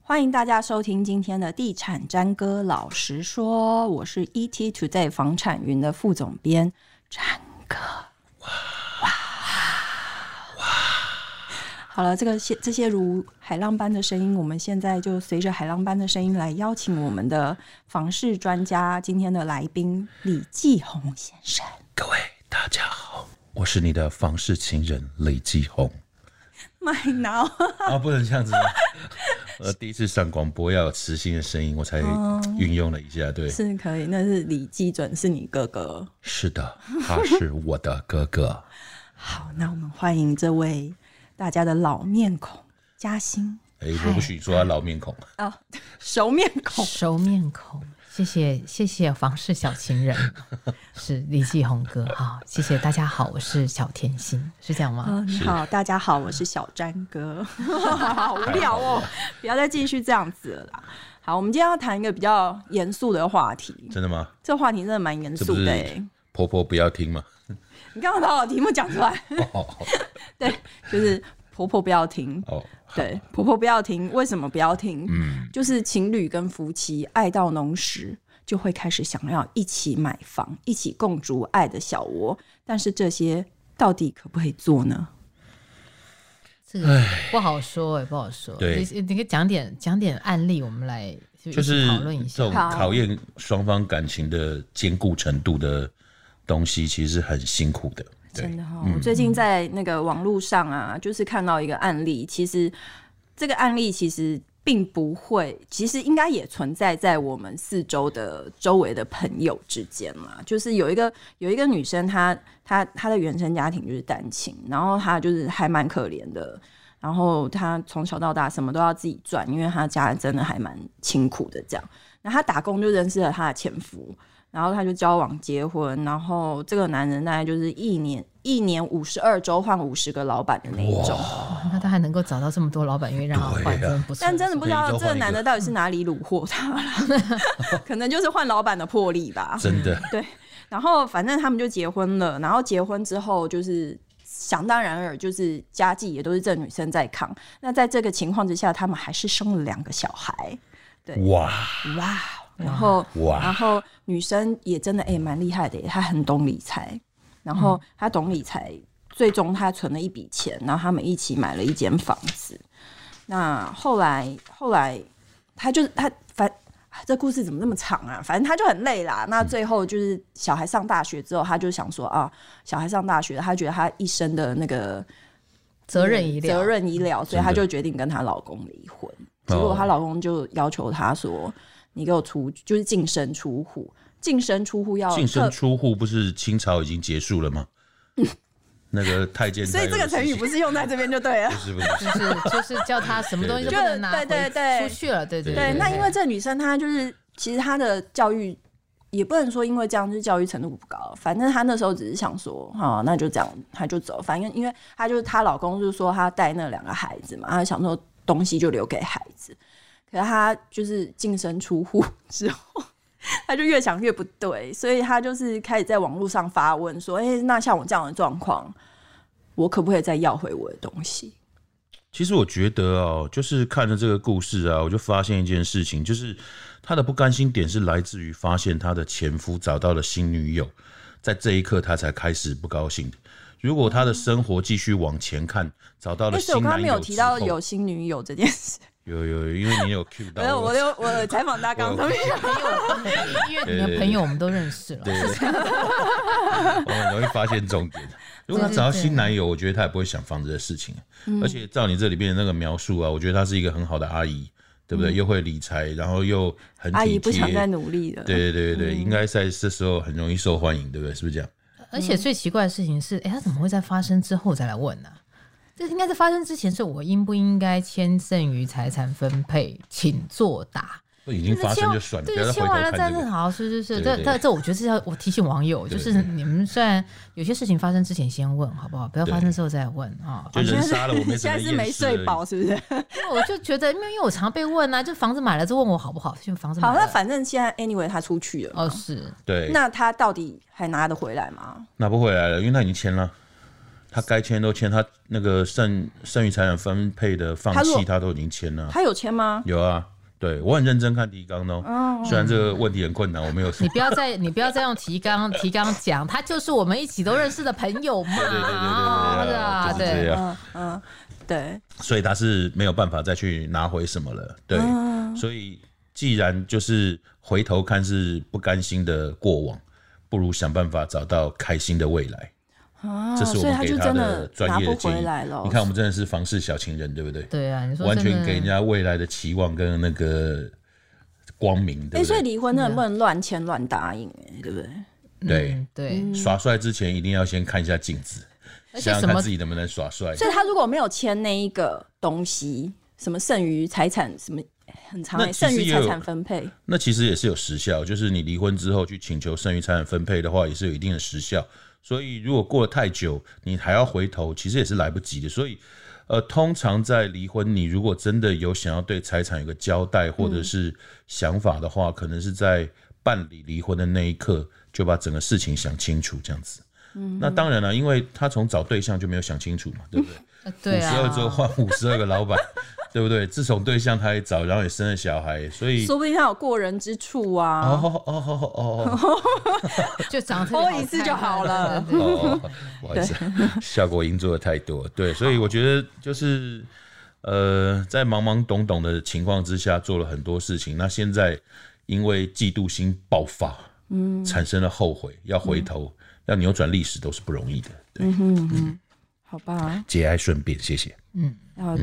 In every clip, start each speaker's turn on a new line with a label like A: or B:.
A: 欢迎大家收听今天的《地产詹哥老实说》，我是 ET Today 房产云的副总编詹哥。好了，这个些这些如海浪般的声音，我们现在就随着海浪般的声音来邀请我们的房事专家，今天的来宾李继红先生。
B: 各位大家好，我是你的房事情人李继红
A: My now，
B: 啊，不能这样 子。呃，第一次上广播要有磁性的声音，我才运用了一下。对，
A: 是可以，那是李基准，是你哥哥。
B: 是的，他是我的哥哥。
A: 好，那我们欢迎这位大家的老面孔嘉欣
B: 哎、我不许你说他老面孔，
A: 哦，熟面
B: 哦
A: 孔。
C: 熟面孔，谢谢谢谢房事小情人， 是李继红哥好，谢谢大家好，我是小甜心，是这样吗？
A: 嗯，好，大家好，我是小詹 哥，好无聊哦，不要再继续这样子了啦。好，我们今天要谈一个比较严肃的话题，
B: 真的吗？
A: 这话题真的蛮严
B: 这
A: 肃
B: 不
A: 的、
B: 是
A: 欸。
B: 婆婆不要听吗？
A: 你刚刚把我题目讲出来，
B: 哦
A: 对，就是婆婆不要听，
B: 哦，
A: 对，婆婆不要听，为什么不要听？
B: 嗯，
A: 就是情侣跟夫妻爱到浓时，就会开始想要一起买房，一起共筑爱的小窝。但是这些到底可不可以做呢？
C: 这个不好说哎、不好说。
B: 对
C: 你你可以讲点讲点案例，我们来就
B: 就
C: 一起
B: 是
C: 讨论一
B: 这
C: 下
B: 种。
A: 好
B: 考验双方感情的坚固程度的东西，其实是很辛苦的。对
A: 真，的哈、我最近在那个网络上啊，就是看到一个案例，其实这个案例其实并不会，其实应该也存在在我们四周的周围的朋友之间啦。就是有一个有一个女生她，她她的原生家庭就是单亲，然后她就是还蛮可怜的。然后她从小到大什么都要自己赚，因为她家真的还蛮清苦的这样。然后她打工就认识了她的前夫，然后他就交往结婚，然后这个男人大概就是一年一年五十二周换五十个老板的那一种，
C: 哇那他还能够找到这么多老板愿意让他
B: 对
C: 换，
B: 啊
C: 真的不错。
A: 但真的不知道
B: 所以就
A: 这
B: 换一
A: 个
B: 个
A: 男的到底是哪里虏获他 了，可能就是换老板的魄力吧。
B: 真的，
A: 然后反正他们就结婚了，然后结婚之后就是想当然尔，就是家计也都是这女生在扛。那在这个情况之下，他们还是生了两个小孩，对
B: 哇
A: 哇！哦然后然
B: 哇，
A: 后女生也真的哎蛮厉害的耶，她很懂理财，然后她懂理财，最终她存了一笔钱，然后他们一起买了一间房子。那后来后来，她就她反。啊这故事怎么那么长啊？反正她就很累啦。那最后就是小孩上大学之后，她就想说啊，小孩上大学，她觉得她一生的那个
C: 责任一了，
A: 责任已了，所以
B: 真的哦
A: 她就决定跟她老公离婚。结果她老公就要求她说：“你给我出，就是净身出户，净身出户要
B: 净身
A: 哦特
B: 出户不是清朝已经结束了 吗？那个太监，
A: 所以这个成语不是用在这边就对了
B: 不。是不是
C: 就是就是叫他什么东西都
B: 对
C: 不能拿
A: 就
C: 回，
A: 对对对
C: 出去了，对对
B: 对
A: 对，那因为这女生她就是，其实她的教育也不能说因为这样就是教育程度不高，反正她那时候只是想说，好、那就这样，她就走。反正因为她就是她老公，就是说她带那两个孩子嘛，她想说东西就留给孩子。可是她就是净身出户之后， 她就越想越不对，所以她就是开始在网络上发问说：“哎、那像我这样的状况，我可不可以再要回我的东西？”
B: 其实我觉得哦，就是看了这个故事啊，我就发现一件事情，就是她的不甘心点是来自于发现她的前夫找到了新女友，在这一刻她才开始不高兴的。如果她的生活继续往前看，找到
A: 哎、所
B: 了
A: 以
B: 新
A: 我刚
B: 男
A: 刚
B: 友
A: 没有提到
B: 之后
A: 有新女友这件事。
B: 有有，有因为你有 cue
A: 没有，
B: 到
A: 我有我有采访大纲上面有
C: 因为你的朋友我们都认识了，
B: 对，我很容易哦发现重 点。如果她找到新男友，我觉得她也不会想房子的事情。啊
A: 嗯
B: 而且照你这里边的那个描述啊，我觉得她是一个很好的阿姨，对不对？又会理财，然后又很
A: 嗯阿姨
B: 体
A: 不想
B: 贴
A: 再努嗯力了。
B: 对对对对，应该在这时候很容易受欢迎，对不对？是不是这样？嗯
C: 而且最奇怪的事情是，哎、他怎么会在发生之后再来问呢、这应该是发生之前，是我应不应该签赠与财产分配，请作答。
B: 不已经发生就算了，
C: 对
B: 不要，再回
C: 签
B: 头
C: 完了
B: 看
C: 再
B: 这
C: 是
B: 个。
C: 好，是是是，
B: 对
C: 这
B: 对
C: 这这，我觉得是要我提醒网友，
B: 对
C: 就是你们虽然有些事情发生之前先问好不好，不要发生之后再问啊。
B: 就
C: 反正
B: 人杀了我们，
A: 现在是没睡饱，。是 不是？
C: 因为我就觉得，因为因为我常被问啊，就房子买了就问我好不好，就房子买
A: 好，那
C: 了。
A: 反正现在 anyway 他出去了嘛，
C: 哦，是
B: 对，
A: 那他到底还拿得回来吗？
B: 啊拿不回来了，因为他已经签了，他该签都签，他那个剩剩余财产分配的放
A: 他如
B: 弃
A: 果
B: 他都已经签了，
A: 他有签吗？
B: 有啊。对我很认真看提纲哦，虽然这个问题很困难，我没有说
C: 你。不要再，你不要再用提纲提纲讲，他就是我们一起都认识的朋友嘛，
B: 对对对对对
C: 对
B: 啊，
C: 啊，
B: 就是这
C: 对，
B: 样，
A: 对，
B: 所以他是没有办法再去拿回什么了。对，所以既然就是回头看是不甘心的过往，不如想办法找到开心的未来。
A: 啊，
B: 这是我
A: 所以
B: 们
A: 他
B: 给
A: 就
B: 他
A: 真
B: 的
A: 拿
B: 专业
A: 不
B: 的建
A: 回来
B: 议
A: 了。。
B: 你看，我们真的是房事小情人，对不对？
C: 对啊，你说
B: 完
C: 真
B: 全给人
C: 的，
B: 家未来的期望跟那个光明，对
A: 哎，
B: 不
A: 所以
B: 对？
A: 离婚真的不能乱签乱答应，哎，对不对？
B: 对，
C: 嗯对，
B: 耍帅之前一定要先看一下镜子，
C: 而且
B: 想
C: 什
B: 想看
C: 么
B: 自己能不能耍帅。
A: 所以他如果没有签那一个东西，什么剩余财产什么。很长、欸，
B: 那其实
A: 剩余
B: 也有
A: 财产分配，
B: 那其实也是有时效，就是你离婚之后去请求剩余财产分配的话，也是有一定的时效。所以如果过了太久，你还要回头，其实也是来不及的。所以，呃，通常在离婚，你如果真的有想要对财产有个交代或者是想法的话，可能是在办理离婚的那一刻就把整个事情想清楚，这样子。
C: 嗯
B: 那当然了，因为他从找对象就没有想清楚嘛，对不对？
C: 呃
B: 五
C: 对
B: 十
C: 啊，
B: 二周换五十二个老板，对不对？自从对象他也找，然后也生了小孩，所以
A: 说不定他有过人之处啊。
B: 哦哦哦哦哦
C: 就长得特别好看
A: 多一次就好了
C: 对对对
B: 哦，不好意思，效果音做的太多。对，所以我觉得就是呃，在懵懵懂懂的情况之下，做了很多事情。那现在因为嫉妒心爆发，嗯，产生了后悔，要回头，要扭转历史都是不容易的。对，
A: 好吧，
B: 节哀顺变，谢谢。
A: 然后、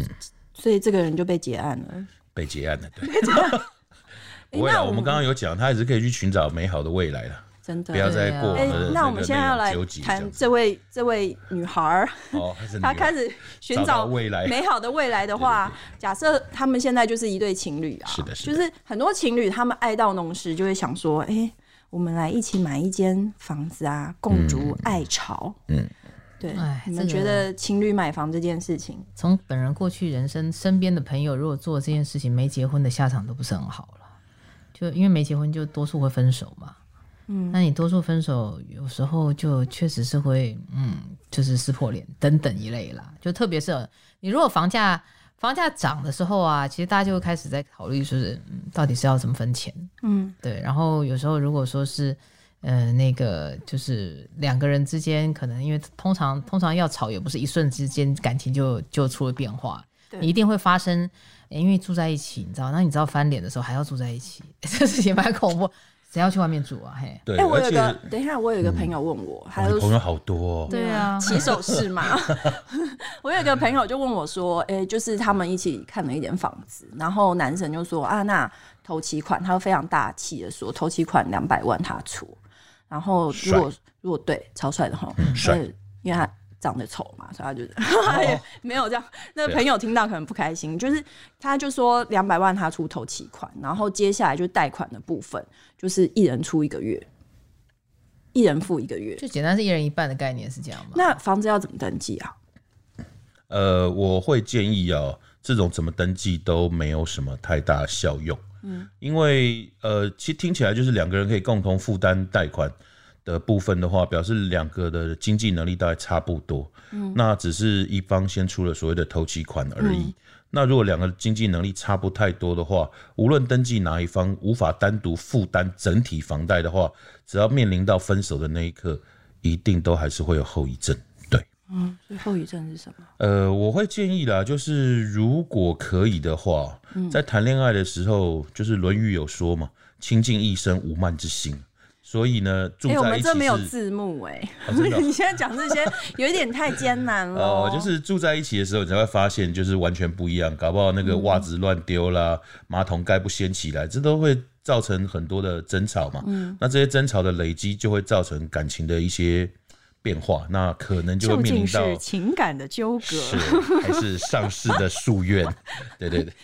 A: 所以这个人就被结案了。
B: 被结案了，对。不会
A: 哎诶那
B: 啊，
A: 我
B: 我们
A: 们
B: 刚刚有讲，他还是可以去寻找美好的未来了，
A: 真的。
B: 不要再过往
A: 哎、
B: 的
A: 那我们现在要
B: 那个
A: 来
B: 纠结这样
A: 谈
B: 子
A: 这位这位女孩 儿，
B: 哦，还是
A: 她
B: 你
A: 开始寻
B: 找到
A: 找
B: 未来
A: 美好的未 来的话，假设他们现在就是一对情侣啊，
B: 是的是的
A: 就是很多情侣他们爱到浓时就会想说，哎、我们来一起买一间房子啊，共筑爱巢。
B: 嗯
A: 对
C: 哎，
A: 你们
C: 这个
A: 觉得情侣买房这件事情，
C: 从本人过去人生身边的朋友，如果做这件事情没结婚的下场都不是很好了，就因为没结婚就多数会分手嘛。嗯，那你多数分手，有时候就确实是会，嗯，就是撕破脸等等一类啦。就特别是你如果房价房价涨的时候啊，其实大家就会开始在考虑，就是、嗯、到底是要怎么分钱。
A: 嗯，
C: 对，然后有时候如果说是，呃，那个就是两个人之间，可能因为通常通常要吵，也不是一瞬之间感情就就出了变化，
A: 对
C: 你一定会发生，呃因为住在一起，你知道，那你知道翻脸的时候还要住在一起， 这事情蛮恐怖，谁要去外面住啊？嘿，
B: 对，
A: 哎、我
B: 而
A: 有一
B: 且嗯
A: 个，等一下，我有一个朋友问我，他
B: 我
A: 就
B: 的
A: 说
B: 朋友好多、哦，
C: 对啊
A: 起手式嘛。 我有一个朋友就问我说：“哎、就是他们一起看了一间房子，然后男生就说啊，那头期款，他非常大气的说，头期款两百万他出，然后如果如果对超帅的哈，
C: 嗯
B: 帅
A: 呃因为他长得丑嘛，所以他就 他
C: 哦
A: 也没有这样。那
B: 对啊
A: 朋友听到可能不开心，就是他就说两百万他出头期款，然后接下来就贷款的部分就是一人出一个月，一人付一个月。
C: 就简单是一人一半的概念是这样吗？
A: 那房子要怎么登记啊？”
B: 呃，我会建议哦，这种怎么登记都没有什么太大效用。嗯，因为呃，其实听起来就是两个人可以共同负担贷款的部分的话，表示两个的经济能力大概差不多。嗯，那只是一方先出了所谓的头期款而已。那如果两个经济能力差不太多的话，无论登记哪一方无法单独负担整体房贷的话，只要面临到分手的那一刻，一定都还是会有后遗症。对。
A: 所以后遗症是什么？
B: 呃，我会建议啦，就是如果可以的话，
A: 嗯
B: 在谈恋爱的时候，就是《论语》有说嘛，“清净一生，无慢之心”。所以呢，住
A: 哎我
B: 在
A: 们
B: 一起
A: 这没有
B: 是
A: 字幕哎、
B: 哦真的 哦
A: 你现在讲这些有一点太艰难 了。
B: 呃，就是住在一起的时候，你才会发现就是完全不一样，搞不好那个袜子乱丢啦，
A: 嗯
B: 马桶盖不掀起来，这都会造成很多的争吵嘛。
A: 嗯
B: 那这些争吵的累积，就会造成感情的一些变化，那可能就会
A: 究
B: 面临
A: 竟
B: 到
A: 是情感的纠
B: 是
A: 葛，
B: 还是上市的夙愿，对对对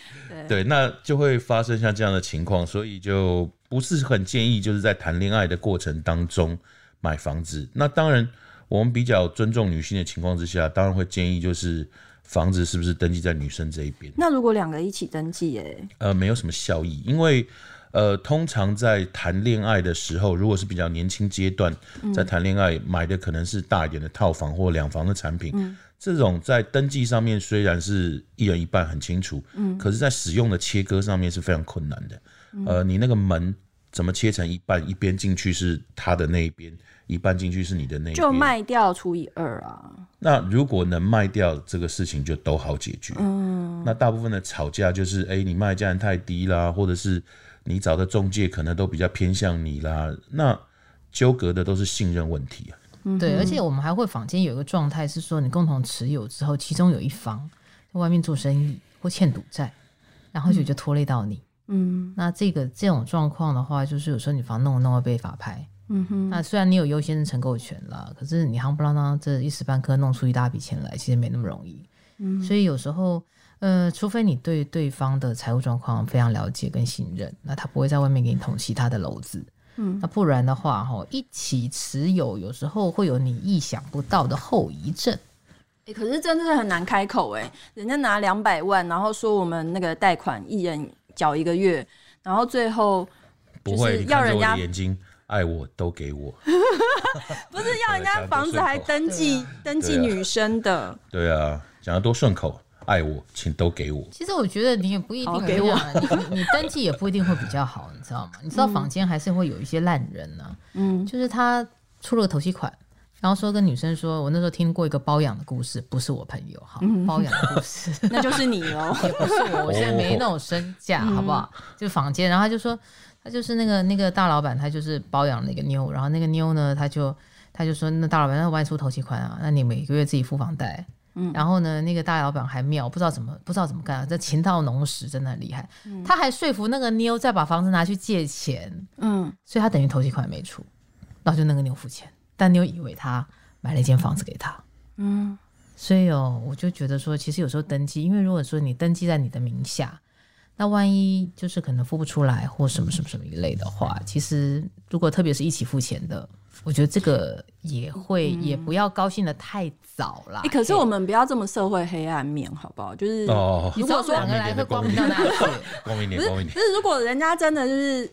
B: 对，那就会发生像这样的情况，所以就不是很建议就是在谈恋爱的过程当中买房子。那当然，我们比较尊重女性的情况之下，当然会建议就是房子是不是登记在女生这一边，
A: 那如果两个一起登记哎、
B: 呃，没有什么效益，因为呃，通常在谈恋爱的时候，如果是比较年轻阶段，
A: 嗯
B: 在谈恋爱买的可能是大一点的套房或两房的产品。
A: 嗯
B: 这种在登记上面虽然是一人一半很清楚，嗯，可是在使用的切割上面是非常困难的。
A: 嗯
B: 呃，你那个门怎么切成一半，一边进去是他的那一边，一半进去是你的那一边，
A: 就卖掉除以二啊，
B: 那如果能卖掉这个事情，就都好解决。嗯，那大部分的吵架就是，哎、你卖价钱太低啦，或者是你找的中介可能都比较偏向你啦。那纠葛的都是信任问题啊。
A: 嗯
C: 对，而且我们还会坊间有一个状态是说，你共同持有之后，其中有一方在外面做生意或欠赌债，然后就就拖累到你。
A: 嗯
C: 那这个这种状况的话，就是有时候你房弄着弄会被法拍。
A: 嗯哼，
C: 那虽然你有优先承购权啦，可是你夯不啷当这一时半刻弄出一大笔钱来，其实没那么容易。
A: 嗯
C: 所以有时候，呃，除非你对对方的财务状况非常了解跟信任，那他不会在外面给你捅其他的篓子。
A: 嗯
C: 那不然的话，哈，一起持有有时候会有你意想不到的后遗症。
A: 欸可是真的很难开口哎、人家拿两百万，然后说我们那个贷款一人缴一个月，然后最后
B: 不会，
A: 就是
B: 你
A: 要
B: 看着
A: 人
B: 我
A: 家
B: 的眼睛，爱我都给我。
A: 不是要人家房子还登记、登记
B: 对啊
A: 女生的，
B: 对啊，讲的多顺口，爱我请都给我。
C: 其实我觉得你也不一定
A: 好
C: 会
A: 给
C: 这样啊，你 你登记也不一定会比较好，你知 道吗？你知道坊间还是会有一些烂人呢、
A: 嗯
C: 就是他出了个头期款，然后说跟女生说，我那时候听过一个包养的故事，不是我朋友哈，
A: 嗯
C: 包养的故事，
A: 那就是你喽。
C: 不是我，我现在没那种身价，好不好？就坊间，然后他就说，他就是那个那个大老板，他就是包养了一个妞，然后那个妞呢，他就他就说，那大老板，那我帮你出头期款啊，那你每个月自己付房贷。然后呢，那个大老板还妙，不知道怎么不知道怎么干啊，这情到浓时真的很厉害。他还说服那个妞再把房子拿去借钱，
A: 嗯，
C: 所以他等于头期款没出，然后就那个妞付钱，但妞以为他买了一间房子给他，
A: 嗯，
C: 所以哦，我就觉得说，其实有时候登记，因为如果说你登记在你的名下，那万一就是可能付不出来或什么什么什么一类的话，其实如果特别是一起付钱的，我觉得这个也会、也不要高兴的太早啦。
A: 哎、可是我们不要这么社会黑暗面好不好？就是
B: 哦
C: 你
A: 如
C: 知道
A: 果
C: 我们
A: 说
C: 两个来会光明到哪里 去？
B: 光明
A: 不
B: 点，
A: 是
B: 光明
A: 不
B: 点。
A: 是，如果人家真的就是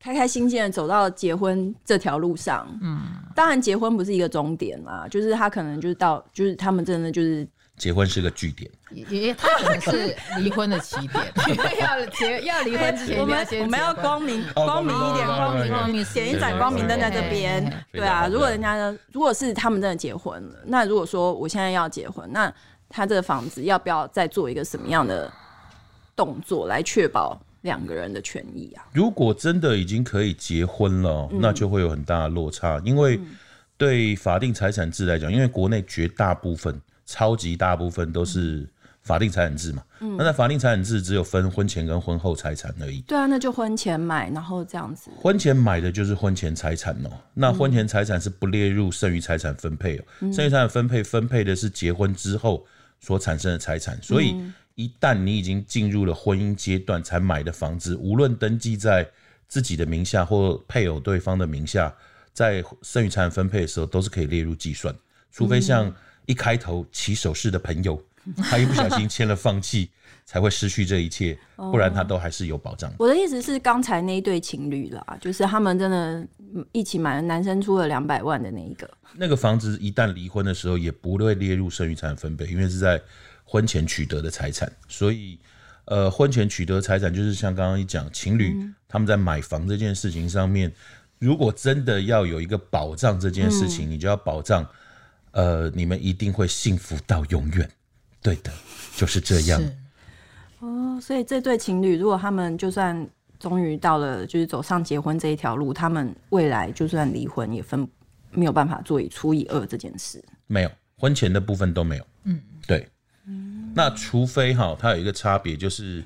A: 开开心心的走到结婚这条路上，嗯，当然结婚不是一个终点啦，就是他可能就是到就是他们真的就是
B: 结婚是个据点，
C: 也也他可能是离婚的起点，因为 要结要离婚之前，
A: 我们
C: 要先
A: 我们要
C: 结婚
A: 光明
B: 哦
A: 光明一点，
B: 光
A: 光
B: 明
A: 明
B: 光
A: 光
C: 明
A: 明，点一盏光明灯在这边
C: 对对。
B: 对
A: 对啊，
B: 对
A: 如果人家呢，如果是他们真的结婚了，那如果说我现在要结婚，那他这个房子要不要再做一个什么样的动作来确保两个人的权益啊？
B: 如果真的已经可以结婚了，那就会有很大的落差，因为对法定财产制来讲，因为国内绝大部分、超级大部分都是法定财产制嘛。那在法定财产制只有分婚前跟婚后财产而已。
A: 对啊，那就婚前买，然后这样子。
B: 婚前买的就是婚前财产哦、那婚前财产是不列入剩余财产分配哦、剩余财产分配分配的是结婚之后所产生的财产，所以一旦你已经进入了婚姻阶段才买的房子，无论登记在自己的名下或配偶对方的名下，在剩余财产分配的时候都是可以列入计算，除非像一开头起手式的朋友，他一不小心签了放弃，才会失去这一切，不然他都还是有保障的。
A: 我的意思是，刚才那一对情侣啦，就是他们真的嗯一起买了，男生出了两百万的那一个。
B: 那个房子一旦离婚的时候，也不会列入剩余财产分配，因为是在婚前取得的财产，所以呃，婚前取得财产就是像刚刚一讲，情侣他们在买房这件事情上面，如果真的要有一个保障这件事情，你就要保障，呃，你们一定会幸福到永远。对的，就是这样。
C: 是
A: 哦，所以这对情侣，如果他们就算终于到了就是走上结婚这一条路，他们未来就算离婚也分没有办法做以除以二这件事。
B: 没有，婚前的部分都没有。嗯，对。那除非哈，它有一个差别就是，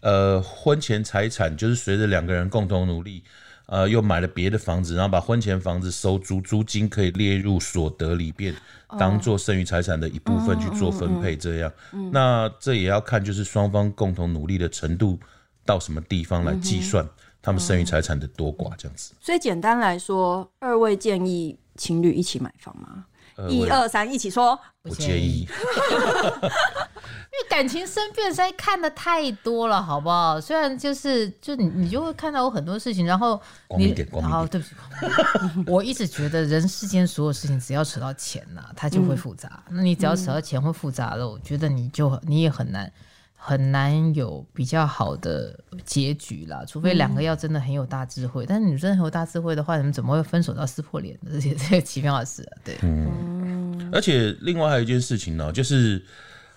B: 呃，婚前财产就是随着两个人共同努力，呃，又买了别的房子，然后把婚前房子收租，租金可以列入所得里边，当做剩余财产的一部分去做分配。这样，那这也要看就是双方共同努力的程度到什么地方来计算他们剩余财产的多寡，这样子。
A: 所以简单来说，二位建议情侣一起买房吗？
B: 呃
A: 一
B: 我
A: 二三，一起说。
B: 不建议。
C: 为感情生变实在看的太多了，好不好？虽然就是就你你就会看到有很多事情，然后
B: 光
C: 你
B: 明点光明
C: 然后对不起，光明点 我一直觉得人世间所有事情只要扯到钱呐、它就会复杂。
B: 嗯
C: 那你只要扯到钱会复杂了，我觉得你就你也很难。很难有比较好的结局啦，除非两个要真的很有大智
B: 嗯
C: 慧。但是你真的很有大智慧的话，你们怎么会分手到撕破脸的这些这些奇妙的事、啊？对，
B: 嗯而且另外还有一件事情呢、就是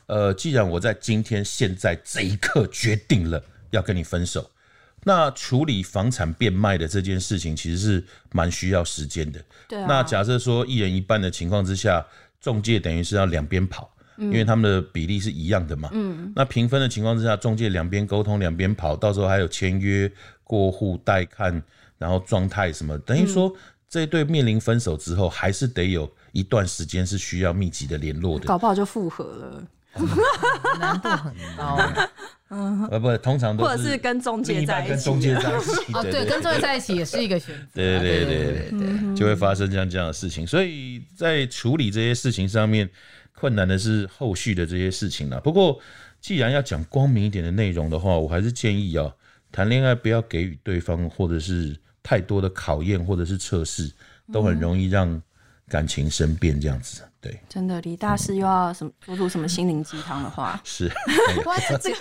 B: 呃，既然我在今天现在这一刻决定了要跟你分手，那处理房产变卖的这件事情其实是蛮需要时间的。
A: 对啊
B: 那假设说一人一半的情况之下，中介等于是要两边跑。
A: 嗯
B: 因为他们的比例是一样的嘛，嗯，那平分的情况之下，中介两边沟通，两边跑，到时候还有签约、过户、带看，然后状态什么，
A: 嗯
B: 等于说、这一对面临分手之后，还是得有一段时间是需要密集的联络的。
A: 搞不好就复合了，
C: 难度很高。
B: 呃，不，通常都
A: 或者是跟中
B: 另
A: 介
B: 一半
A: 在一
B: 跟
A: 起
B: 中介在一起，
C: 哦，对，跟中介在一起也是一个选择
B: 对
C: 啊。
B: 对
C: 对
B: 对对
C: 对对，
B: 就会发生这样这样的事情。所以在处理这些事情上面，困难的是后续的这些事情啦。不过，既然要讲光明一点的内容的话，我还是建议啊，谈恋爱不要给予对方或者是太多的考验或者是测试，都很容易让感情生变这样子。对，
A: 真的，李大师又要什么说出什么心灵鸡汤的话？
B: 是
C: 关键这个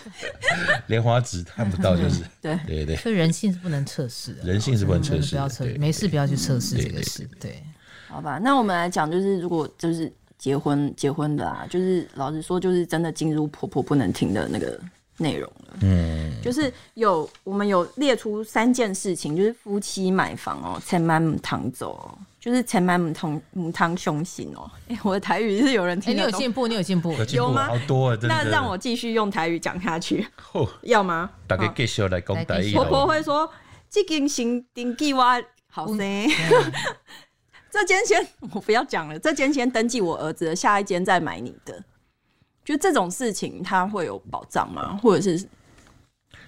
B: 莲花指看不到就是。
A: 对，
B: 对对，
C: 所以人性是不能测试的，
B: 人性是不能测试的
C: 真的不要测
B: 对对
C: 试，没事不要去测试这个事。对，
A: 好吧，那我们来讲，就是如果就是结婚结婚的啊，就是老实说，就是真的进入婆婆不能听的那个内容了。嗯，就是有我们有列出三件事情，就是夫妻买房哦，千万母堂走哦，就是千万母堂母堂凶行哦。 哎、我的台语是有人
C: 哎，
A: 听
C: 你
A: 得
C: 有
A: 懂。
C: 进步，你有进步，
B: 有进步
A: 有吗
B: 好多啊，真的。
A: 那让我继续用台语讲下去，
B: 哦
A: 要吗？
B: 大家
A: 好
B: 继续来讲台语
A: 婆
B: 好
A: 婆
B: 不好。
A: 会说：“这间先登记我好
B: 嗯
A: 生，这间先 我不要讲了，这间先登记我儿子的，下一间再买你的。”就这种事情，他会有保障
B: 嗯
A: 吗？或者是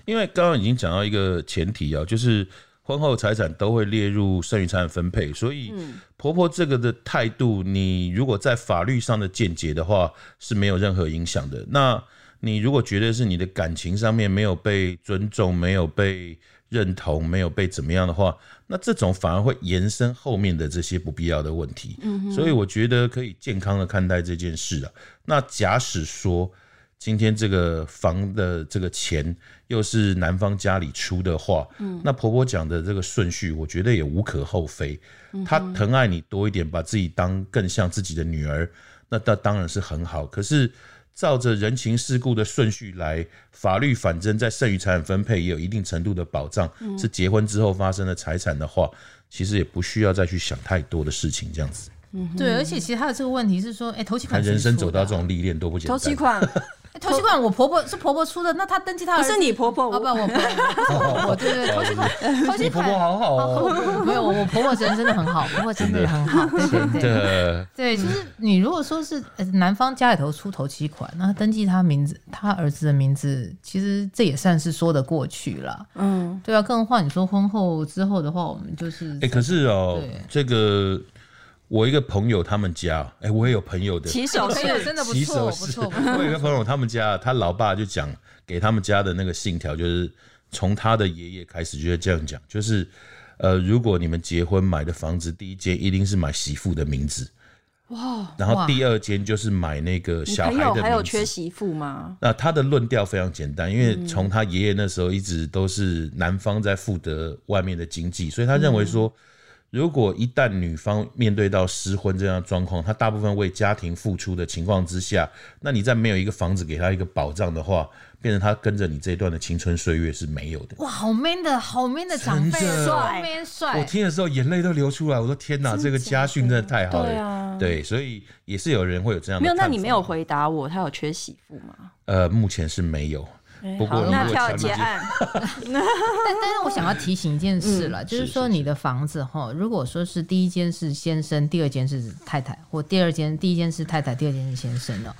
B: 因为刚刚已经讲到一个前提啊，就是婚后财产都会列入剩余财产分配，所以婆婆这个的态度，你如果在法律上的见解的话是没有任何影响的。那你如果觉得是你的感情上面没有被尊重、没有被认同、没有被怎么样的话，那这种反而会延伸后面的这些不必要的问题。所以我觉得可以健康的看待这件事啊。那假使说今天这个房的这个钱又是男方家里出的话，那婆婆讲的这个顺序，我觉得也无可厚非。她疼爱你多一点，把自己当更像自己的女儿，那那当然是很好。可是。照着人情世故的顺序来，法律反正在剩余财产分配也有一定程度的保障，是结婚之后发生的财产的话，其实也不需要再去想太多的事情，这样子。
C: 对，而且其实他的这个问题是说，哎，头期
B: 看
C: 款
B: 嗯人
C: 谁
B: 生走
C: 出的
B: 到
C: 啊
B: 这种历练多不简
A: 头
B: 单。
A: 期款
C: 哎头期款我婆婆是婆婆出的，那她登记她
A: 不
C: 儿子
A: 是你婆婆，
C: 哦，不，
A: 我
C: 我 婆婆，对对对，头期款，头期
B: 你婆婆
C: 款，
B: 好好哦，
C: 哦没有，我婆婆人真的很好，婆婆真的很好，对对对。
B: 的
C: 对，就是你如果说是呃男方家里头出头期款，那登记他名字，他儿子的名字，其实这也算是说得过去了。
A: 嗯，
C: 对啊，更何况你说婚后之后的话，我们就是
B: 哎，可是哦
C: 对，
B: 这个我一个朋友他们家，哎，我也有朋友的。
A: 起手
C: 朋友
A: 是
C: 真的不
B: 骑手
C: 错，不
B: 是，
C: 错，不错。
B: 我有一个朋友，他们家他老爸就讲给他们家的那个信条，就是从他的爷爷开始就会这样讲，就是呃，如果你们结婚买的房子，第一间一定是买媳妇的名字，
A: 哇，
B: 然后
C: 哇
B: 第二间就是买那个
A: 你
B: 小孩
A: 朋友
B: 的
A: 还有
B: 名
A: 缺
B: 字。
A: 媳妇吗？
B: 那他的论调非常简单，因为
A: 嗯
B: 从他爷爷那时候一直都是男方在负责外面的经济，所以他认为说，
A: 嗯
B: 如果一旦女方面对到失婚这样的状况，她大部分为家庭付出的情况之下，那你再没有一个房子给她一个保障的话，变成她跟着你这一段的青春岁月是没有的。
C: 哇，好 man 的，好 man 的长辈，啊
B: 真的
C: 好 man 帅
B: 我。听的时候眼泪都流出来，我说天哪，这个家训真的太好了。
A: 对啊
B: 对所以也是有人会有这样的
A: 没有，那
B: 看
A: 你没
B: 法
A: 有回答我，他有缺媳妇吗？
B: 呃，目前是没有。不
A: 哎
B: 过
A: 好，
B: 如
A: 那
B: 果
A: 跳
B: 产
A: 结
B: 品
A: 案，
C: 但但是我想要提醒一件事
B: 嗯
C: 了，就是说你的房子哈，如果说是第一间是先生，第二间是太太，或第二间第一间是太太，第二间是先生哦，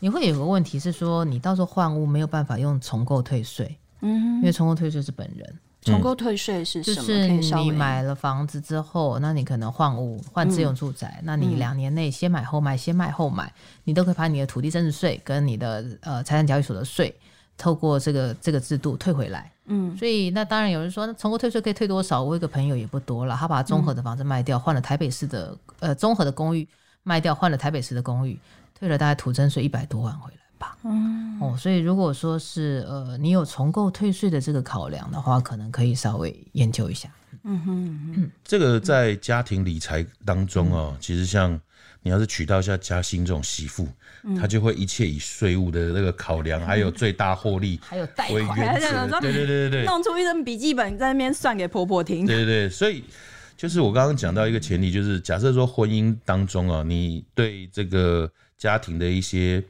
C: 你会有个问题是说，你到时候换屋没有办法用重购退税，嗯，因为重购退税是本人。
A: 重购退税是
C: 就
A: 什么？
C: 是
A: 可以稍微嗯
C: 你买了房子之后，那你可能换屋换自用住宅，那你两年内先买后卖，先卖后买，你都可以把你的土地增值税跟你的呃财产交易所的税，透过这个这个制度退回来。
A: 嗯
C: 所以那当然有人说，那重购退税可以退多少？我有一个朋友也不多了，他把综合
A: 嗯
C: 的房子卖掉，换了台北市的呃综合的公寓卖掉，换了台北市的公寓，退了大概土增税一百多万回来吧。
A: 嗯
C: 哦，所以如果说是呃你有重购退税的这个考量的话，可能可以稍微研究一下。
A: 嗯哼嗯哼
B: 这个在家庭理财当中哦，其实像你要是娶到像嘉欣这种媳妇，她就会一切以税务的那个考量，还有最大获利
C: 还有贷
B: 为
C: 款，
B: 原则。对对对对对，
A: 弄出一张笔记本在那边算给婆婆听。
B: 对对对，所以就是我刚刚讲到一个前提，就是假设说婚姻当中啊，你对这个家庭的一些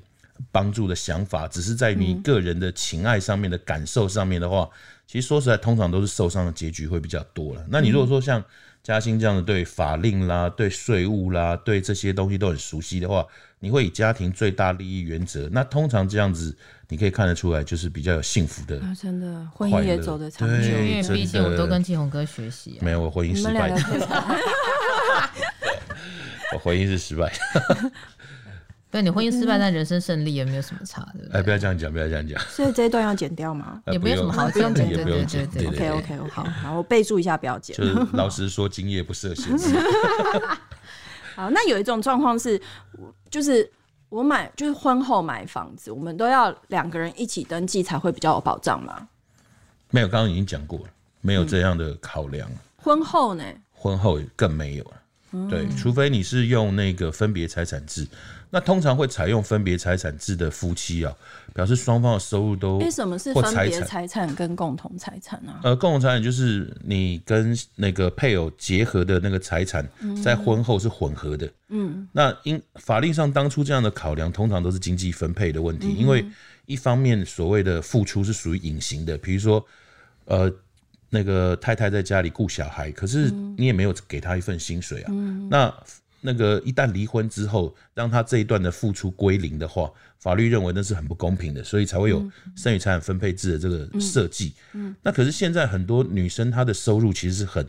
B: 帮助的想法，只是在于
A: 嗯
B: 你个人的情爱上面的感受上面的话，其实说实在，通常都是受伤的结局会比较多了。那你如果说像嘉欣这样的对法令啦、对税务啦、对这些东西都很熟悉的话，你会以家庭最大利益原则，那通常这样子，你可以看得出来，就是比较有幸福的。
A: 啊，真的，婚姻也走得长久
B: 快乐。对
C: 因为毕竟
B: 真的
C: 我都跟季红哥学习、啊
B: 没。有，我婚姻
A: 你
B: 失
A: 们
B: 败
A: 两个。可以
B: 我 婚姻是失败。
C: 对你婚姻失败，但人生胜利也没有什么差，对不
B: 哎，
C: 对？
B: 不要这样讲，不要这样讲，
A: 所以这一段要剪掉吗
B: 呃
C: 也不用什么好
B: 不用
C: 讲的
B: 也不用讲，
C: 对对对
B: 对
A: OK
B: 对，
A: OK OK，好，我备注一下，不要剪。
B: 就是老实说，今夜不设限。
A: 好，那有一种状况是，就是我买，就是婚后买房子，我们都要两个人一起登记才会比较有保障嘛。
B: 没有，刚刚已经讲过了，没有这样的考量，
A: 婚后呢，
B: 婚后更没有了。
C: 嗯
B: 对，除非你是用那个分别财产制，那通常会采用分别财产制的夫妻啊，表示双方的收入都
A: 为什么是
B: 或
A: 分
B: 财
A: 别
B: 产
A: 财产跟共同财产啊？
B: 呃，共同财产就是你跟那个配偶结合的那个财产，在婚后是混合的。嗯，那因法律上当初这样的考量，通常都是经济分配的问题，因为一方面所谓的付出是属于隐形的，比如说，呃，那个太太在家里顾小孩，可是你也没有给她一份薪水啊。那那个一旦离婚之后，让她这一段的付出归零的话，法律认为那是很不公平的，所以才会有剩余财产分配制的这个设计。那可是现在很多女生她的收入其实是很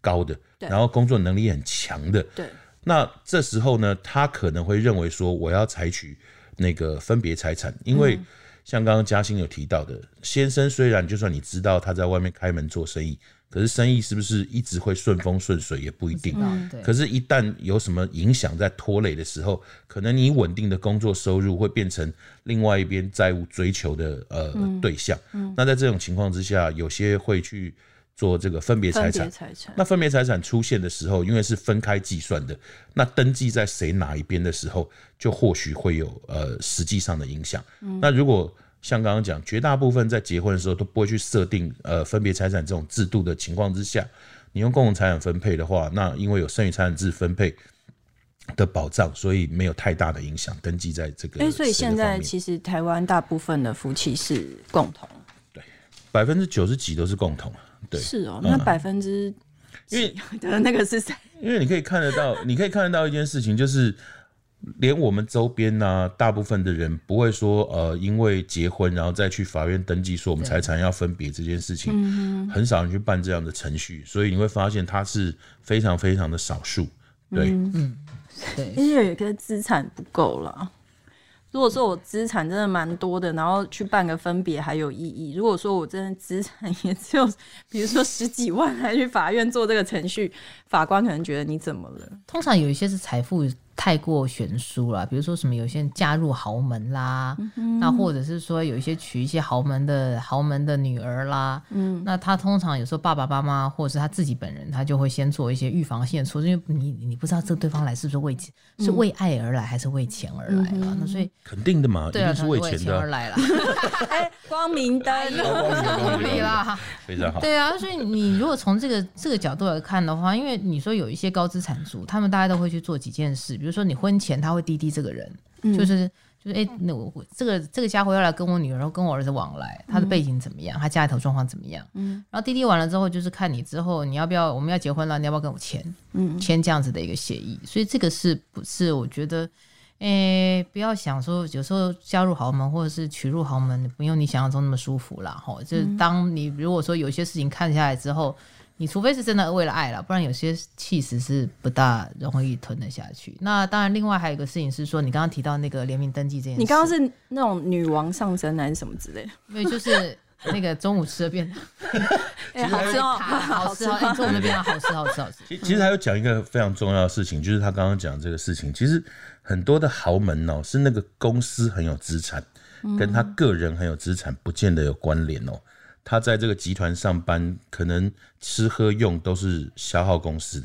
B: 高的，
A: 对
B: 然后工作能力很强的，
A: 对，
B: 那这时候呢，她可能会认为说，我要采取那个分别财产，因为像刚刚嘉欣有提到的，先生虽然就算你知道他在外面开门做生意，可是生意是不是一直会顺风顺水也不一定。
C: 嗯对
B: 可是，一旦有什么影响在拖累的时候，可能你稳定的工作收入会变成另外一边债务追求的呃、
A: 嗯
B: 对象。那在这种情况之下，有些会去做这个分别财
A: 分
B: 产
A: 别。财产。
B: 那分别财产出现的时候，因为是分开计算的，那登记在谁哪一边的时候，就或许会有呃实际上的影响。
A: 嗯
B: 那如果像刚刚讲，绝大部分在结婚的时候都不会去设定呃分别财产这种制度的情况之下，你用共同财产分配的话，那因为有剩余财产制分配的保障，所以没有太大的影响。登记在这个
A: 哎、所以现
B: 谁的方
A: 在
B: 面
A: 其实台湾大部分的夫妻是共同，
B: 百分之九十几都是共同，对，嗯
A: 是哦。那百分之
B: 因为
A: 的那个是谁？
B: 因为你可以看得到， 你可以看得到一件事情，就是连我们周边呢、大部分的人不会说，呃，因为结婚然后再去法院登记说我们财产要分别这件事
C: 嗯
B: 情，很少人去办这样的程序，所以你会发现它是非常非常的少数。对，
C: 嗯对，
A: 因为有一个资产不够了。如果说我资产真的蛮多的，然后去办个分别还有意义。如果说我真的资产也只有，比如说十几万，还去法院做这个程序，法官可能觉得你怎么了？
C: 通常有一些是财富太过悬殊了，比如说什么有些人嫁入豪门啦，那或者是说有一些娶一些豪门的豪门的女儿啦，嗯，那他通常有时候爸爸妈妈或者是他自己本人，他就会先做一些预防性的措施，因为你你不知道这对方来是不是为钱，是为爱而来还是为钱而来嘛，那所以
B: 肯定的嘛，一
C: 对啊，
B: 定
C: 他
B: 是
C: 是
B: 为
C: 为
B: 钱
C: 钱
B: 的啊，
C: 而来啦，
A: 哎、光明灯，
C: 合理啦。
B: 非常好。
C: 对啊，所以你如果从这个这个角度来看的话，因为你说有一些高资产族，他们大家都会去做几件事，比如说你婚前他会滴滴这个人，就是就是哎，那、我我这个这个家伙要来跟我女儿，然后跟我儿子往来，他的背景怎么样，他家里头状况怎么样，嗯，然后滴滴完了之后，就是看你之后你要不要我们要结婚了，你要不要跟我签，嗯，签这样子的一个协议，所以这个是不是我觉得。诶、不要想说有时候嫁入豪门或者是娶入豪门，没有你想象中那么舒服啦。吼，就是
A: 嗯
C: 当你如果说有些事情看下来之后，你除非是真的为了爱了，不然有些气势是不大容易吞得下去。那当然，另外还有一个事情是说，你刚刚提到那个联名登记这件事，
A: 你刚刚是那种女王上身还是什么之类的？
C: 没有就是。那个中午吃的便当，
A: 哎、 好吃哦，
C: 好吃哦！哎中午的便当好吃，好吃，好吃。
B: 其其实还有讲一个非常重要的事情，就是他刚刚讲这个事情，其实很多的豪门哦、是那个公司很有资产，跟他个人很有资产，不见得有关联哦、他在这个集团上班，可能吃喝用都是消耗公司，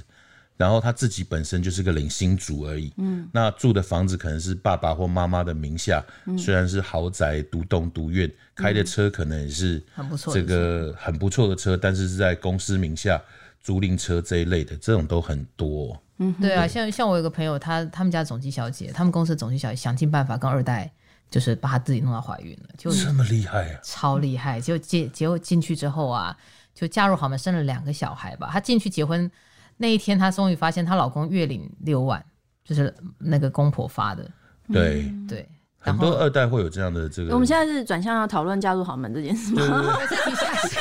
B: 然后他自己本身就是个领薪族而已。嗯，那住的房子可能是爸爸或妈妈的名下，虽然是豪宅、独栋、独院，开的车可能也是
C: 很不错的
B: 这个很不错的车，但是是在公司名下租赁车这一类的，这种都很多哦、
C: 对啊，像像我有个朋友，她他们家总机小姐，他们公司的总机小姐想尽办法跟二代，就是把她自己弄到怀孕了，就
B: 这么厉害啊！
C: 超厉害。就结结婚进去之后啊，就嫁入豪门，生了两个小孩吧。她进去结婚那一天，她终于发现她老公月领六万，就是那个公婆发的。
B: 对，
C: 对，
B: 很
C: 然后
B: 多二代会有这样的这
A: 嗯
B: 个。
A: 我们现在是转向要讨论嫁入豪门这件事吗？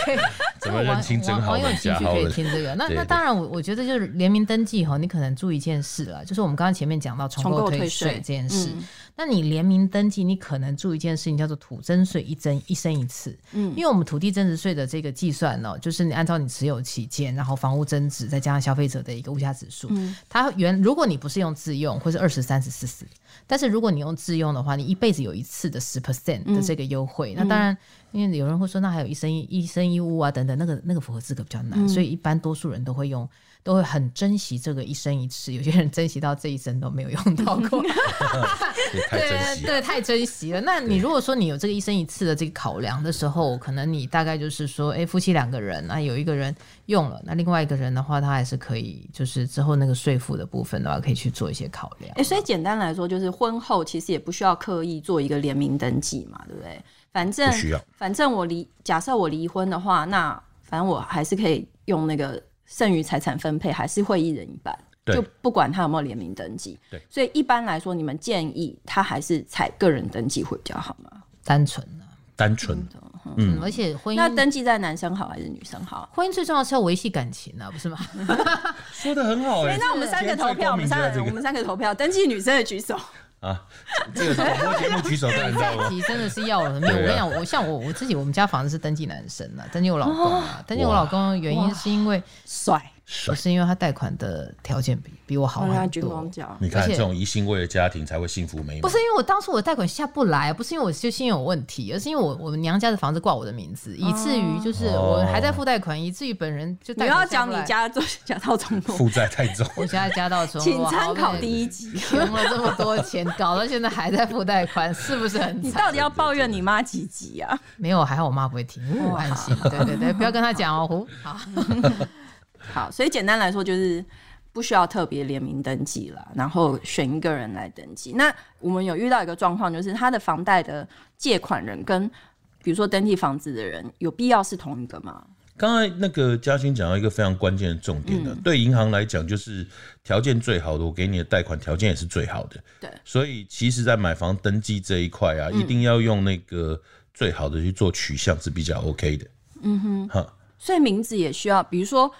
B: 怎么认清真好
C: 网友
B: 人
C: 有兴
B: 家
C: 趣
B: 好
C: 可以
B: 人？
C: 听 这个。那
B: 对
C: 那
B: 对
C: 当然我，我觉得就是联名登记哈，你可能注意一件事了，就是我们刚刚前面讲到重
A: 重
C: 购
A: 购
C: 退
A: 退
C: 税
A: 税
C: 这件事。
A: 嗯
C: 那你联名登记，你可能注意一件事情，叫做土增税一增一生一次。嗯，因为我们土地增值税的这个计算呢、就是你按照你持有期间，然后房屋增值，再加上消费者的一个物价指数，它原如果你不是用自用，或是二十三十四十，但是如果你用自用的话，你一辈子有一次的十 percent 的这个优惠。那当然，因为有人会说，那还有一生一一生一屋啊等等，那个那个符合资格比较难，所以一般多数人都会用，都会很珍惜这个一生一次。有些人珍惜到这一生都没有用到过，
B: 也太珍惜了。
C: 对，太珍惜了。那你如果说你有这个一生一次的这个考量的时候，可能你大概就是说，哎，夫妻两个人，那有一个人用了，那另外一个人的话，他还是可以，就是之后那个税负的部分的话，可以去做一些考量
A: 哎、。
B: 嗯
A: 所以简单来说，就是婚后其实也不需要刻意做一个联名登记嘛，对不对？反正
B: 啊不需要
A: 反正我离假设我离婚的话，那反正我还是可以用那个剩余财产分配，还是会一人一半，
B: 对
A: 就不管他有没有联名登记。
B: 对，
A: 所以一般来说，你们建议他还是采个人登记会比较好吗？
C: 单纯的，
B: 单纯
C: 嗯，而且婚
A: 那
C: 姻。
A: 登记在男生好还是女生好？
C: 婚姻最重要是要维系感情啊，不是吗？
B: 说的很好哎、
A: 哎、那我们三个投票，我们三个、我们三个投票，登记女生的举手。
B: 啊， 这个广播节目举手大家知道
C: 在一
B: 吗？
C: 起哎真的是要了没有？我
B: 对啊
C: 跟你讲，我像我我自己，我们家房子是登记男生
B: 嗯
C: 啊，登记我老公啊，登记我老公的原因是因为
A: 帅，
C: 不是因为他贷款的条件比比我好
A: 我让
C: 很
A: 军
C: 多
A: 功，奖。
B: 你看
C: 而且
B: 这种一心为了家庭才会幸福美满。
C: 不是因为我当初我贷款下不来，不是因为我就信用有问题，而是因为我我们娘家的房子挂我的名字，以至于就是我还在付贷款，以至于本人就
A: 你
C: 贷款
A: 要讲
C: 下不
A: 你
C: 来，
A: 家做 假套总统，
B: 负债太重，
C: 我现在 家到穷，
A: 请
C: 我
A: 参考第
C: 一，
A: 一集。
C: 穷了这么多钱，搞到现在还在付贷款，是不是很
A: 你
C: 惨？
A: 到底要抱怨你妈几集啊？
C: 没有，还好我妈不会听，我安心。对 对对，不要跟她讲哦，胡好。
A: 好，所以简单来说就是不需要特别联名登记了，然后选一个人来登记。那我们有遇到一个状况，就是他的房贷的借款人跟比如说登记房子的人，有必要是同一个吗？
B: 刚才那个嘉欣讲到一个非常关键的重点呢、啊对银行来讲，就是条件最好的，我给你的贷款条件也是最好的。
A: 对
B: 所以其实，在买房登记这一块啊，一定要用那个最好的去做取向是比较 OK 的。嗯哼，哈，
A: 所以名字也需要，比如说，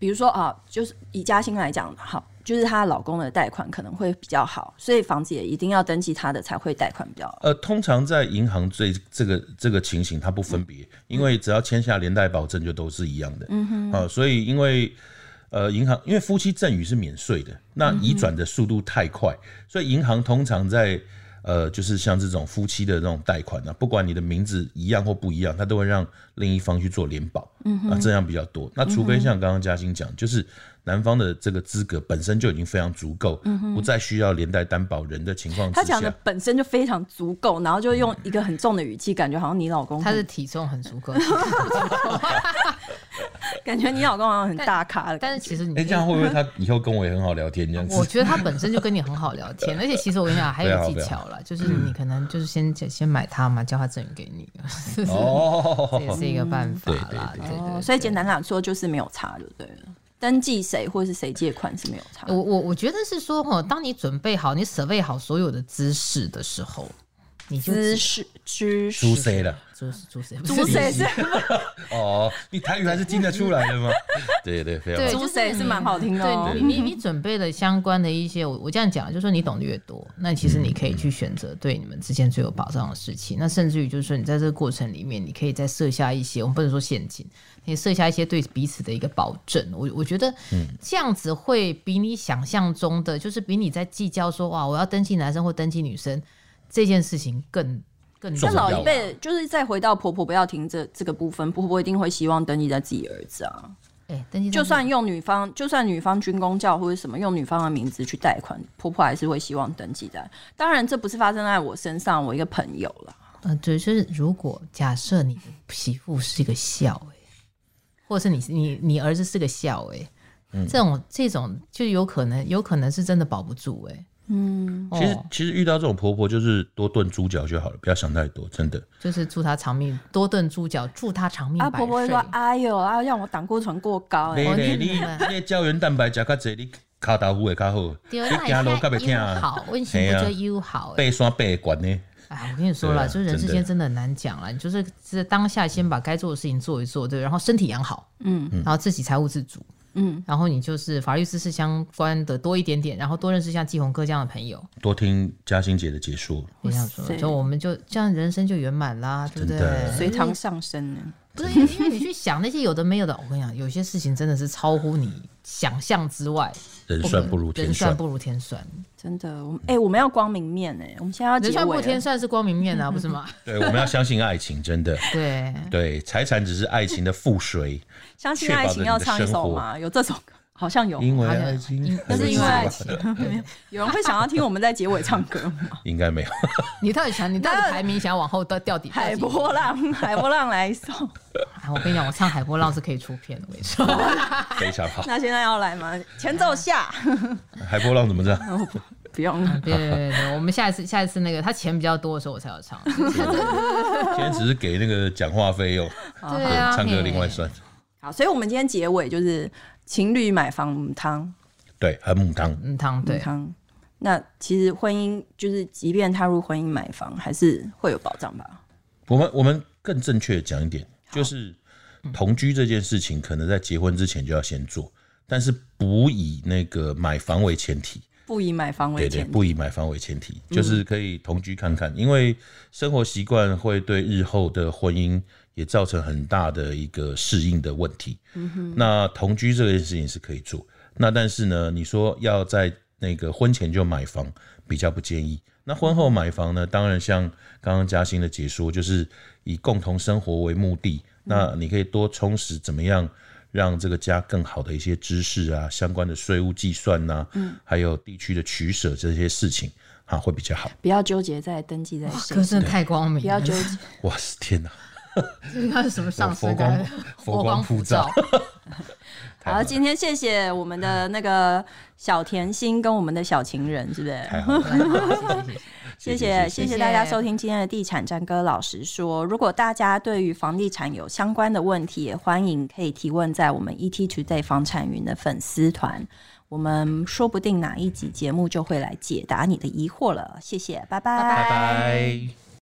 A: 比如说啊，就是以嘉欣来讲，好，就是她老公的贷款可能会比较好，所以房子也一定要登记她的才会贷款比较好。
B: 呃，通常在银行这这个这个情形，它不分别，因为只要签下连带保证，就都是一样的。嗯哼，啊，所以因为呃，银行因为夫妻赠与是免税的，那移转的速度太快，所以银行通常在呃，就是像这种夫妻的这种贷款啊，不管你的名字一样或不一样，它都会让另一方去做联保，嗯啊，这样比较多。那除非像刚刚嘉欣讲，就是男方的这个资格本身就已经非常足够，不再需要连带担保人的情况之下，
A: 他讲的本身就非常足够，然后就用一个很重的语气，感觉好像你老公
C: 她
A: 很，
C: 的体重很足 够，
A: 感觉你老公好像很 大咖的
C: 但
A: 感
C: 是
A: 觉。
C: 其实你
B: 哎、这样会不会他以后跟我也很好聊天这样
C: 我
B: 子？
C: 觉得他本身就跟你很好聊 天，而且其实我跟你讲，还有一个技
B: 不要不要
C: 巧啦，就是你可能就是先先买它嘛，叫他赠予给你，这
B: 哦，
C: 也是一个办法啦。
B: 对
C: 对
B: 对
C: 对
A: 哦哦，所以简单来说就是没有差，对不对了？登记谁或是谁借款是没有差
C: 我。我我觉得是说哈，当你准备好、你准备好所有的姿势的时候，你就
A: 姿势、知识
B: 猪、C 了
C: 姿势、姿势、
A: 猪谁是
B: 哦，你台语还是听得出来的 吗？对对，非常
C: 对嗯
B: 好。
A: 猪谁是蛮好听的哦
C: 对。你，你你准备了相关的一些，我我这样讲，就是说你懂得越多，那其实你可以去选择对你们之间最有保障的事情。那甚至于就是说，你在这个过程里面，你可以再设下一些，我们不能说陷阱，你设下一些对彼此的一个保证。我我觉得这样子会比你想象中的，就是比你在计较说哇，我要登记男生或登记女生这件事情更更
B: 重
A: 那
B: 要
A: 老一辈就是再回到婆婆不要停这这个部分，婆婆一定会希望登记在自己儿子啊。
C: 哎、登记
A: 就算用女方，就算女方军工教或者什么用女方的名字去贷款，婆婆还是会希望登记在。当然，这不是发生在我身上，我一个朋友啦。
C: 呃，对，就是如果假设你的媳妇是一个孝哎、或者是你你你儿子是个孝哎、
B: 嗯
C: 这种这种就有可能有可能是真的保不住哎、
A: 嗯，
B: 其实
C: 哦、
B: 其实遇到这种婆婆，就是多炖猪脚就好了，不要想太多，真的。
C: 就是祝他长命，多炖猪脚，祝他长命
A: 啊，
C: 百
A: 婆
C: 岁。
A: 婆会说：“哎呦啊，让我胆固醇过高、欸。”
B: 你
C: 你
B: 你你那胶原蛋白加较济，你骹头骨会较好，你
C: 对，
B: 行路较袂
C: 那又
B: 疼，
C: 好，温馨
B: 啊
C: 不就又好哎、
B: 背山背管呢。
C: 哎，我跟你说
B: 对
C: 了，
B: 啊
C: 就是人
B: 真
C: 世
B: 的
C: 间真的很难讲了。你就是是当下先把该做的事情做一做，对，然后身体养好，嗯，然后自己财务自主，
A: 嗯，
C: 然后你就是法律知识相关的多一点点，然后多认识像季红哥这样的朋友，
B: 多听嘉欣姐的解说，
C: 你想说
A: 哇，塞
C: 就我们就这样人生就圆满啦，对不对
B: 真的？
A: 随堂上升欸呢？
C: 不是因为因为你去想那些有的没有的，我跟你讲，有些事情真的是超乎你想象之外，
B: 人算不如天
C: 人算
B: 算。
C: 不如天算，
A: 真的，我们哎、我们要光明面哎、我们现在要结尾
C: 人算不如
A: 了
C: 天算是光明面啊，不 是吗？
B: 对，我们要相信爱情，真 的。
C: 对，
B: 对，财产只是爱情的附随，
A: 相信爱情要唱一首吗？有这首歌， 好像有。
B: 因为
C: 哦好像
B: 爱情
C: 因，
A: 那是因为爱情，
C: 对
A: 有人会想要听我们在结尾唱歌 吗？
B: 应该没有。
C: 你到底想，你到底排名想要往后掉掉底？
A: 海波浪， 海波浪来一首。
C: 啊，我跟你讲，我唱海波浪是可以出片的，我跟 你说。
B: 非常好。
A: 那现在要来吗？前奏下，
B: 海波浪怎么样？
A: 不用了。
C: 对对对对，我们下一次下一次那个他钱比较多的时候我才要唱。
B: 今天只是给那个讲话费用，
C: 对
B: 对，
C: 啊，
B: 唱歌
C: 嘿
B: 另外算。
A: 好，所以我们今天结尾就是情侣买房母汤
B: 对，很母汤，
C: 嗯，汤
A: 母
C: 对，
A: 汤。那其实婚姻就是，即便踏入婚姻买房，还是会有保障吧？
B: 我们我们更正确地讲一点，就是同居这件事情，可能在结婚之前就要先做，但是不以那个买房为前提，
A: 不以买房为
B: 对对，
A: 前提。
B: 不以买房为前提，就是可以同居看看，因为生活习惯会对日后的婚姻也造成很大的一个适应的问题。
A: 嗯
B: 那同居这件事情是可以做，那但是呢，你说要在那个婚前就买房，比较不建议。那婚后买房呢，当然像刚刚嘉欣的解说，就是以共同生活为目的，那你可以多充实怎么样。让这个家更好的一些知识啊，相关的税务计算呐、嗯，还有地区的取舍这些事情啊，会比较好。
A: 不要纠结在登记在谁
C: 歌，真的太光明
A: 不
C: 了
A: 要，纠结。
B: 哇塞，天哪，
C: 这个是什么上司
B: 佛光
C: 的
B: 佛光普照，太
A: 好，
B: 好了，
A: 今天谢谢我们的那个小甜心跟我们的小情人，是不是？
B: 太好了，
C: 对谢谢
A: 谢谢
B: 谢
A: 谢
B: 谢
A: 谢大家收听今天的地产战哥老实说。如果大家对于房地产有相关的问题，也欢迎可以提问在我们 ET Today 房产云的粉丝团，我们说不定哪一集节目就会来解答你的疑惑了。谢谢，拜拜
B: 拜拜。